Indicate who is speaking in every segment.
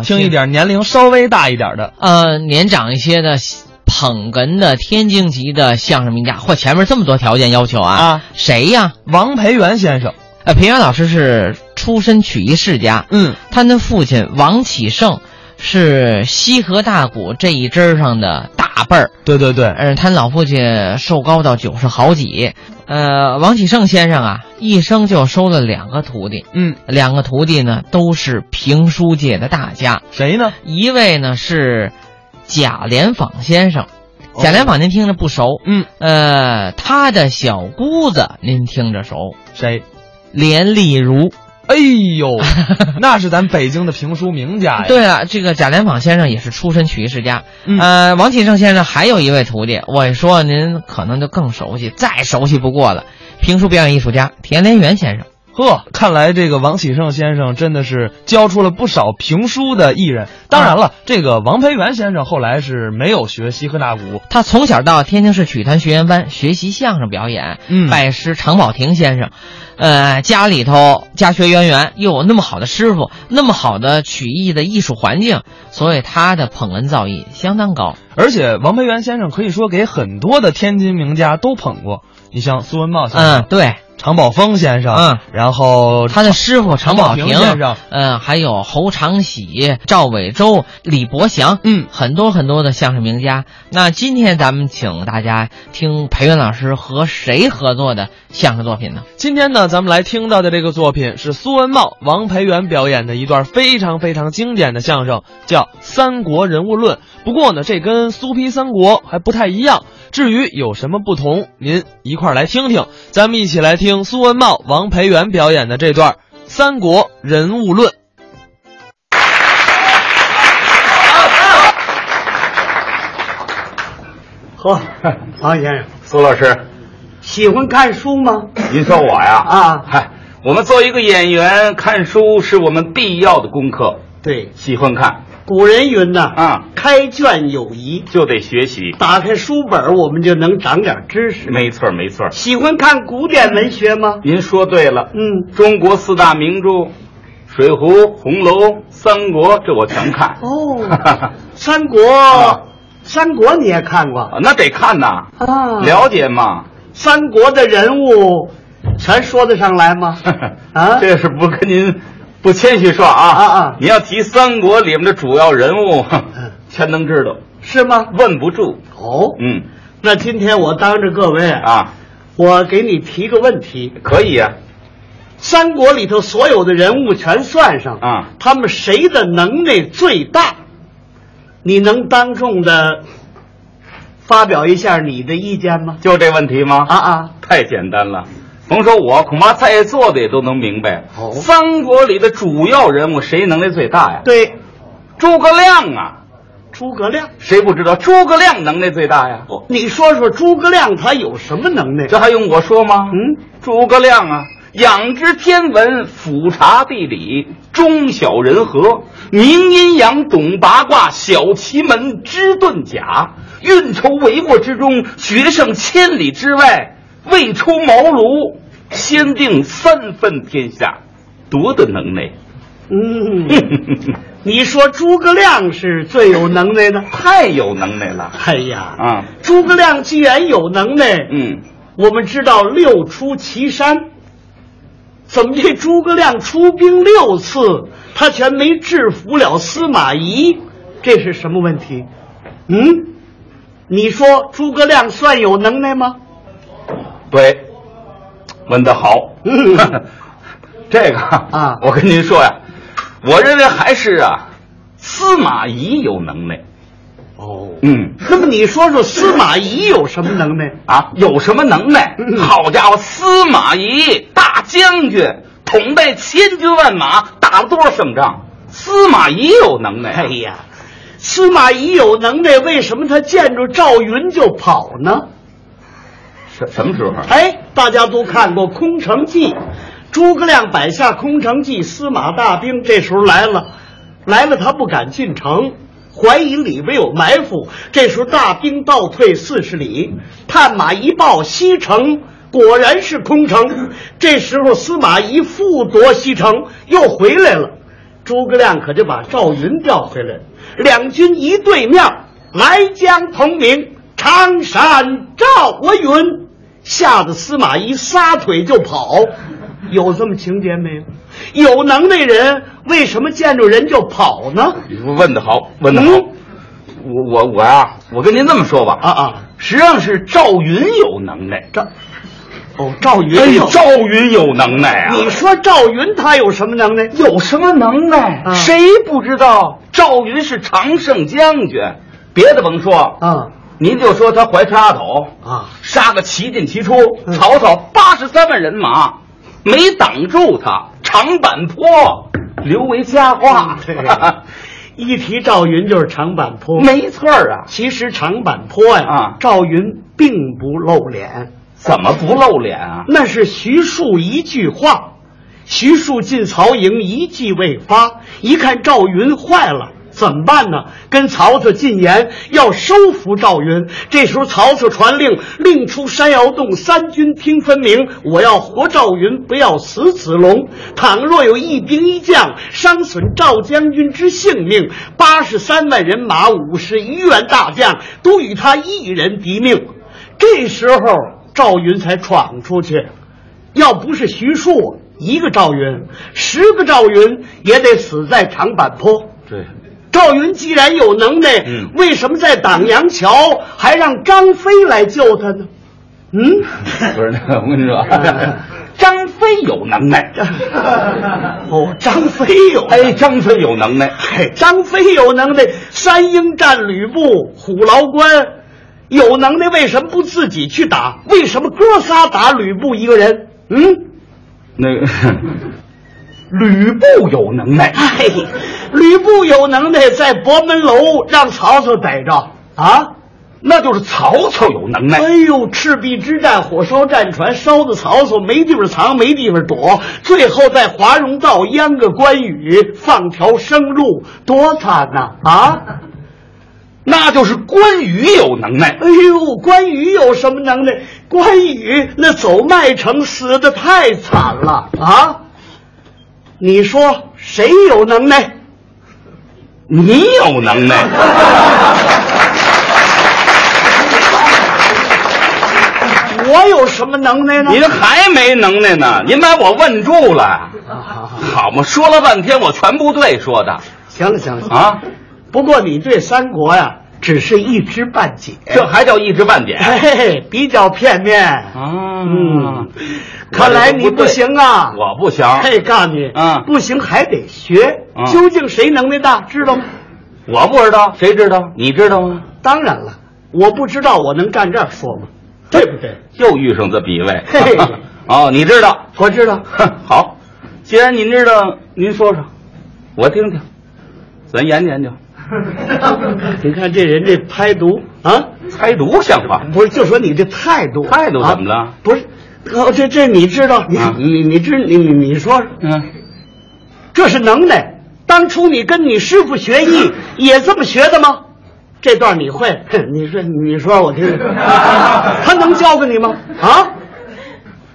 Speaker 1: 啊轻一点，年龄稍微大一点的，
Speaker 2: 呃，年长一些的捧哏的天津籍的相声名家，嚯，前面这么多条件要求啊，
Speaker 1: 啊
Speaker 2: 谁呀？
Speaker 1: 王培元先生，
Speaker 2: 呃，平原老师是出身曲艺世家，
Speaker 1: 嗯，
Speaker 2: 他的父亲王启胜是西河大鼓这一支儿上的大辈儿，
Speaker 1: 对对对，
Speaker 2: 嗯，他老父亲寿高到九十好几，呃，王启胜先生啊，一生就收了两个徒弟，
Speaker 1: 嗯，
Speaker 2: 两个徒弟呢都是评书界的大家，
Speaker 1: 谁呢？
Speaker 2: 一位呢是贾连坊先生，
Speaker 1: 哦
Speaker 2: 贾连坊您听着不熟，
Speaker 1: 嗯，
Speaker 2: 呃，他的小姑子您听着熟，
Speaker 1: 谁？
Speaker 2: 连丽如。
Speaker 1: 哎 呦，那是咱北京的评书名家呀。，
Speaker 2: 对了，这个贾连坊先生也是出身曲艺世家，
Speaker 1: 哎嗯，
Speaker 2: 呃，王启胜先生还有一位徒弟，我一说您可能就更熟悉，再熟悉不过了，评书表演艺术家田连元先生。
Speaker 1: 呵，看来这个王启胜先生真的是教出了不少评书的艺人。当然
Speaker 2: 啊
Speaker 1: 了，这个王培元先生后来是没有学西河大鼓，
Speaker 2: 他从小到天津市曲坛学员班学习相声表演，
Speaker 1: 嗯
Speaker 2: 拜师常宝霆先生。呃，家里头家学渊源，又有那么好的师傅，那么好的曲艺的艺术环境，所以他的捧哏造诣相当高。
Speaker 1: 而且王培元先生可以说给很多的天津名家都捧过。你像苏文茂先生、
Speaker 2: 嗯，对，
Speaker 1: 常宝峰先生，
Speaker 2: 嗯，
Speaker 1: 然后
Speaker 2: 他的师傅常宝
Speaker 1: 啊常宝
Speaker 2: 霆
Speaker 1: 霆先生，
Speaker 2: 嗯、还有侯长喜、赵伟洲、李伯祥，
Speaker 1: 嗯
Speaker 2: 很多很多的相声名家。那今天咱们请大家听裴元老师和谁合作的相声作品呢？
Speaker 1: 今天呢，咱们来听到的这个作品是苏文茂、王培元表演的一段非常非常经典的相声，叫《三国人物论》。不过呢，这跟苏批三国还不太一样。至于有什么不同，您一块儿来听听。咱们一起来听苏文茂、王培元表演的这段《三国人物论》。
Speaker 3: 呵，王先生
Speaker 4: 苏老师，
Speaker 3: 喜欢看书吗？
Speaker 4: 您说我呀？
Speaker 3: 啊
Speaker 4: 嗨，我们作为一个演员，看书是我们必要的功课。
Speaker 3: 对，
Speaker 4: 喜欢看
Speaker 3: 古人云呐，
Speaker 4: 啊
Speaker 3: 开卷有益，
Speaker 4: 就得学习，
Speaker 3: 打开书本我们就能长点知识。
Speaker 4: 没错儿没错儿。
Speaker 3: 喜欢看古典文学吗？
Speaker 4: 您说对了，
Speaker 3: 嗯，
Speaker 4: 中国四大名著，《水浒》《红楼》《三国》，这我全看。
Speaker 3: 哦三国
Speaker 4: 啊，
Speaker 3: 三国你也看过
Speaker 4: 那得看呐，
Speaker 3: 啊
Speaker 4: 了解嘛。？
Speaker 3: 三国的人物，全说得上来吗 啊，
Speaker 4: 这是不跟您不谦虚说啊
Speaker 3: 啊啊
Speaker 4: 你要提三国里面的主要人物，哼
Speaker 3: 嗯
Speaker 4: 全能知道，
Speaker 3: 是吗？
Speaker 4: 问不住。
Speaker 3: 哦，
Speaker 4: 嗯
Speaker 3: 那今天我当着各位，
Speaker 4: 啊，
Speaker 3: 我给你提个问题。
Speaker 4: 可以呀、
Speaker 3: 三国里头所有的人物全算上
Speaker 4: 啊
Speaker 3: 他们谁的能耐最大？你能当众的发表一下你的意见吗？
Speaker 4: 就这问题吗？
Speaker 3: 啊啊，
Speaker 4: 太简单了。甭说我，恐怕在座的也都能明白。
Speaker 3: 哦
Speaker 4: 三国里的主要人物谁能耐最大呀？
Speaker 3: 对，
Speaker 4: 诸葛亮啊，
Speaker 3: 诸葛亮，
Speaker 4: 谁不知道？诸葛亮能耐最大呀。
Speaker 3: 你说说诸葛亮他有什么能耐？
Speaker 4: 这还用我说吗？
Speaker 3: 嗯，
Speaker 4: 诸葛亮啊，仰知天文，俯察地理，忠晓人和，明阴阳，懂八卦，晓奇门，知遁甲，运筹帷幄之中，决胜千里之外，未出茅庐，先定三分天下，多的能耐！
Speaker 3: 嗯，你说诸葛亮是最有能耐的？
Speaker 4: 太有能耐了
Speaker 3: 哎呀，
Speaker 4: 啊！
Speaker 3: 诸葛亮既然有能耐，
Speaker 4: 嗯，
Speaker 3: 我们知道六出祁山，怎么这诸葛亮出兵六次，他全没制服了司马懿，这是什么问题？嗯，你说诸葛亮算有能耐吗？
Speaker 4: 对，问得 好。
Speaker 3: 嗯
Speaker 4: 这个
Speaker 3: 啊
Speaker 4: 我跟您说呀，我认为还是啊，司马懿有能耐。
Speaker 3: 哦，
Speaker 4: 嗯
Speaker 3: 那么你说说司马懿有什么能耐？
Speaker 4: 啊，有什么能耐？
Speaker 3: 嗯
Speaker 4: 好家伙，司马懿大将军，统带千军万马，打了多少胜仗？司马懿有能耐。啊
Speaker 3: 哎，呀，司马懿有能耐，为什么他见着赵云就跑呢？
Speaker 4: 什什么时候？啊
Speaker 3: 哎，大家都看过《空城计》，诸葛亮摆下空城计，司马大兵这时候来了，来了他不敢进城，怀疑里边有埋伏。这时候大兵倒退四十里，探马一报，西城果然是空城。这时候司马懿复夺西城，又回来了。诸葛亮可就把赵云调回来了。两军一对面，来将同名，常山赵国云，吓得司马懿撒腿就跑。有这么情节没有？有能耐人为什么见着人就跑呢？
Speaker 4: 问的好，问的好。
Speaker 3: 嗯
Speaker 4: 我我我呀、我跟您这么说吧
Speaker 3: 啊啊，
Speaker 4: 实际上是赵云有能耐，
Speaker 3: 赵，哦，赵云
Speaker 4: 哎
Speaker 3: 有，，
Speaker 4: 赵云有能耐啊！
Speaker 3: 你说赵云他有什么能耐？
Speaker 4: 有什么能耐？
Speaker 3: 啊
Speaker 4: 谁不知道赵云是常胜将军？别的甭说，
Speaker 3: 啊
Speaker 4: 您就说他怀插头，
Speaker 3: 啊，
Speaker 4: 杀个七进七出，
Speaker 3: 嗯
Speaker 4: 曹操八十三万人马没挡住他，长坂坡留为佳
Speaker 3: 嗯
Speaker 4: 话。
Speaker 3: 对呀一提赵云就是长坂坡。
Speaker 4: 没错儿啊，
Speaker 3: 其实长坂坡呀、
Speaker 4: 啊
Speaker 3: 赵云并不露脸，
Speaker 4: 怎么不露脸啊？
Speaker 3: 那是徐庶一句话。徐庶进曹营一计未发，一看赵云坏了，怎么办呢？跟曹操进言要收服赵云。这时候曹操传令，令出山摇洞，三军听分明。我要活赵云，不要死子龙。倘若有一兵一将伤损赵将军之性命，八十三万人马，五十余员大将，都与他一人敌命。这时候赵云才闯出去，要不是徐庶一个赵云，十个赵云也得死在长坂坡。
Speaker 4: 对，
Speaker 3: 赵云既然有能耐，
Speaker 4: 嗯
Speaker 3: 为什么在党阳桥还让张飞来救他呢？嗯，
Speaker 4: 不是，我跟你说，张飞有能 耐。
Speaker 3: 哦，张飞有
Speaker 4: 哎，张飞有能耐，
Speaker 3: 哎，张飞有能耐，三英战吕布、虎牢关，有能耐为什么不自己去打？为什么哥仨打吕布一个人？嗯，
Speaker 4: 那个吕布有能耐，
Speaker 3: 哎，吕布有能耐在博门楼让曹操逮着啊！
Speaker 4: 那就是曹操有能耐。
Speaker 3: 哎呦，赤壁之战火烧战船，烧的曹操没地方藏，没地方躲，最后在华容道淹个关羽，放条生路，多惨呐啊
Speaker 4: 那就是关羽有能耐。
Speaker 3: 哎呦，关羽有什么能耐？关羽那走麦城死的太惨了啊！你说谁有能耐？
Speaker 4: 你有能耐，
Speaker 3: 我有什么能耐呢？
Speaker 4: 您还没能耐呢，您把我问住了，好嘛？说了半天，我全不对说的
Speaker 3: 行了行了，行了
Speaker 4: 啊，
Speaker 3: 不过你对三国呀、只是一知半解，
Speaker 4: 这还叫一知半解
Speaker 3: 嘿嘿，比较片面。
Speaker 4: 啊？
Speaker 3: 哎嗯
Speaker 4: 嗯，
Speaker 3: 看来你不行啊
Speaker 4: 我不行，
Speaker 3: 嘿，告诉你，
Speaker 4: 嗯
Speaker 3: 不行还得学。
Speaker 4: 嗯
Speaker 3: 究竟谁能耐大，知道吗？
Speaker 4: 我不知道，谁知道？你知道吗？
Speaker 3: 当然了，我不知道，我能站这儿说吗？对不对？
Speaker 4: 又遇上这比位
Speaker 3: 嘿，
Speaker 4: 哦，你知道，
Speaker 3: 我知 道。
Speaker 4: 哼，好，既然您知道，您说说，我听听，咱研究研究，
Speaker 3: 你看这人这拍毒啊，
Speaker 4: 猜毒像话。
Speaker 3: 不是，就说你这态度，
Speaker 4: 态度
Speaker 3: 啊
Speaker 4: 怎么了？
Speaker 3: 不是，哦，这这你知道，你、
Speaker 4: 啊
Speaker 3: 你你知你你你说，
Speaker 4: 嗯，
Speaker 3: 这是能耐。当初你跟你师傅学 艺也这么学的吗？这段你会？哼 你说你说我听听， 他能教给你吗？啊，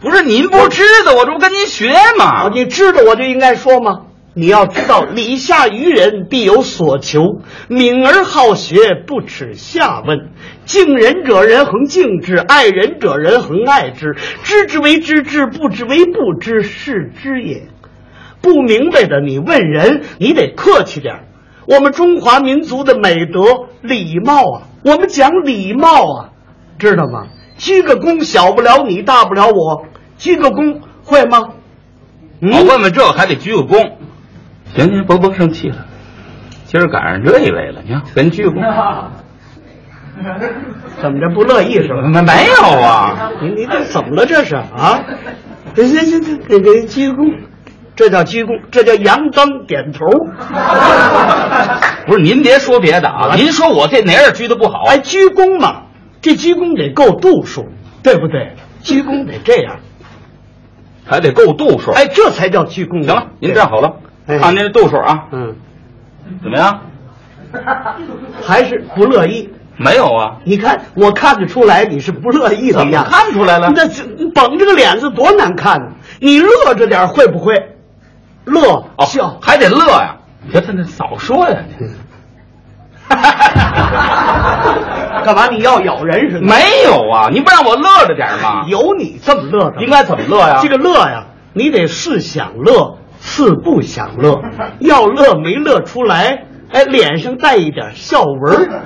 Speaker 4: 不是您不知道，我这不跟您学吗？
Speaker 3: 你知道我就应该说吗？你要知道，礼下于人，必有所求；敏而好学，不耻下问。敬人者，人恒敬之；爱人者，人恒爱之。知之为知之，不知为不知，是知也。不明白的，你问人，你得客气点儿我们中华民族的美德礼貌啊，我们讲礼貌啊，知道吗？鞠个躬，小不了你，大不了我。鞠个躬会吗？嗯
Speaker 4: 我问问这个还得鞠个躬。行行，甭甭生气了，今儿赶上这一位了，你看咱鞠个躬。
Speaker 3: 怎么着不乐意是吧？
Speaker 4: 没没有啊？
Speaker 3: 你你这怎么了这是啊？行行行行，给给鞠躬，这叫鞠躬，这叫阳刚点 头。
Speaker 4: 不是您别说别的啊，您说我这哪儿鞠的不好？
Speaker 3: 哎，鞠躬嘛，这鞠躬得够度数，对不对？鞠躬得这样，
Speaker 4: 还得够度数。
Speaker 3: 哎，，这才叫鞠躬。
Speaker 4: 行了，您站好了，
Speaker 3: 哎
Speaker 4: 看您这度数啊，
Speaker 3: 嗯，
Speaker 4: 怎么样？
Speaker 3: 还是不乐意。
Speaker 4: 没有啊？
Speaker 3: 你看，我看得出来你是不乐意的
Speaker 4: 怎么
Speaker 3: 样子。
Speaker 4: 看出来了？
Speaker 3: 那这绷着个脸子多难看呢、你乐着点儿会不会？乐
Speaker 4: 哦
Speaker 3: 笑，
Speaker 4: 还得乐呀、你别他那早说呀！
Speaker 3: 干嘛你要咬人似的？
Speaker 4: 没有啊，你不让我乐着点吗？
Speaker 3: 有你这么乐的，
Speaker 4: 应该怎么乐呀？
Speaker 3: 哎这个乐呀，你得是想乐，是不想乐，要乐没乐出来，哎，脸上带一点笑纹儿，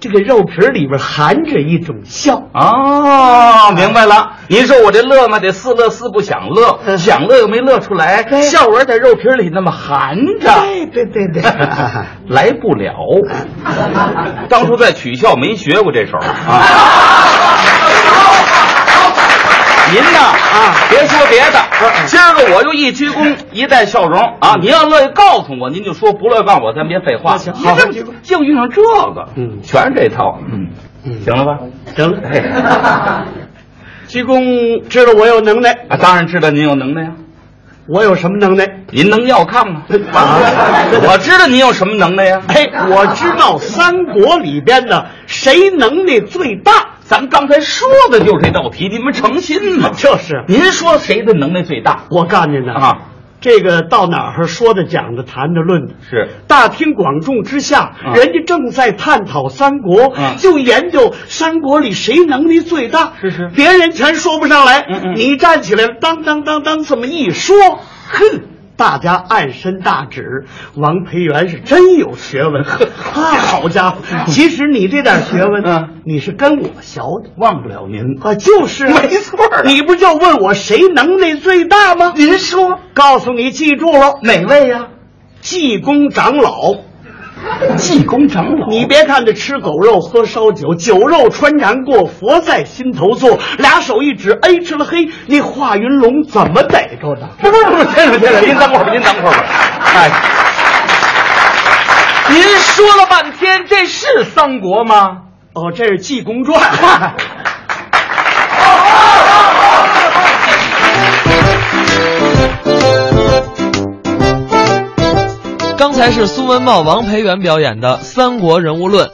Speaker 3: 这个肉皮儿里边含着一种笑。
Speaker 4: 哦，明白了。您说我这乐嘛，得似乐似不想乐，
Speaker 3: 嗯
Speaker 4: 想乐又没乐出来，
Speaker 3: 对
Speaker 4: 笑纹在肉皮里那么含着，
Speaker 3: 对对对 对，
Speaker 4: 来不了。当初在曲校没学过这手啊。您呢？啊，别说别的，今儿个我就一鞠躬，一带笑容啊！您要乐意告诉我，您就说；不乐意告诉我，咱别废话。
Speaker 3: 那行
Speaker 4: 您
Speaker 3: 好
Speaker 4: 这
Speaker 3: 鞠躬
Speaker 4: 净遇上这个，
Speaker 3: 嗯
Speaker 4: 全是这套，嗯，哎
Speaker 3: 嗯
Speaker 4: 行了 吧？
Speaker 3: 行 了。
Speaker 4: 嘿
Speaker 3: 鞠躬知道我有能耐，
Speaker 4: 啊，当然知道您有能耐啊呀、
Speaker 3: 我有什么能耐？
Speaker 4: 您能要炕吗？
Speaker 3: 啊
Speaker 4: 我知道您有什么能耐啊呀、
Speaker 3: 哎，我知道三国里边的谁能耐最大，
Speaker 4: 咱刚才说的就是这道题，你们诚心吗？
Speaker 3: 就是
Speaker 4: 您说谁的能耐最大
Speaker 3: 我干着呢
Speaker 4: 啊！
Speaker 3: 这个到哪儿说的、讲的、谈的、论的，
Speaker 4: 是
Speaker 3: 大庭广众之下，
Speaker 4: 啊
Speaker 3: 人家正在探讨三国，
Speaker 4: 啊
Speaker 3: 就研究三国里谁能力最大。
Speaker 4: 是是
Speaker 3: 别人全说不上来，
Speaker 4: 嗯嗯
Speaker 3: 你站起来，当当当当这么一说，哼。大家暗伸大指，王培元是真有学问，啊，好家伙！其实你这点学问，
Speaker 4: 嗯
Speaker 3: 你是跟我学的
Speaker 4: 忘不了您。
Speaker 3: 啊，就是啊
Speaker 4: 没错儿
Speaker 3: 你不就问我谁能耐最大吗？
Speaker 4: 您说
Speaker 3: 告诉你，记住了，
Speaker 4: 哪位呀、
Speaker 3: 济公长老。
Speaker 4: 济公长老
Speaker 3: 你别看他吃狗肉喝烧酒，酒肉穿肠过，佛在心头坐。俩手一指，哎，吃了嘿，那化云龙怎么逮着的？
Speaker 4: 不是不是，先生先生，您等会儿吧，您等会儿吧。哎，您说了半天，这是三国吗？
Speaker 3: 哦，这是《济公传》。
Speaker 1: 刚才是苏文茂、王培元表演的《三国人物论》，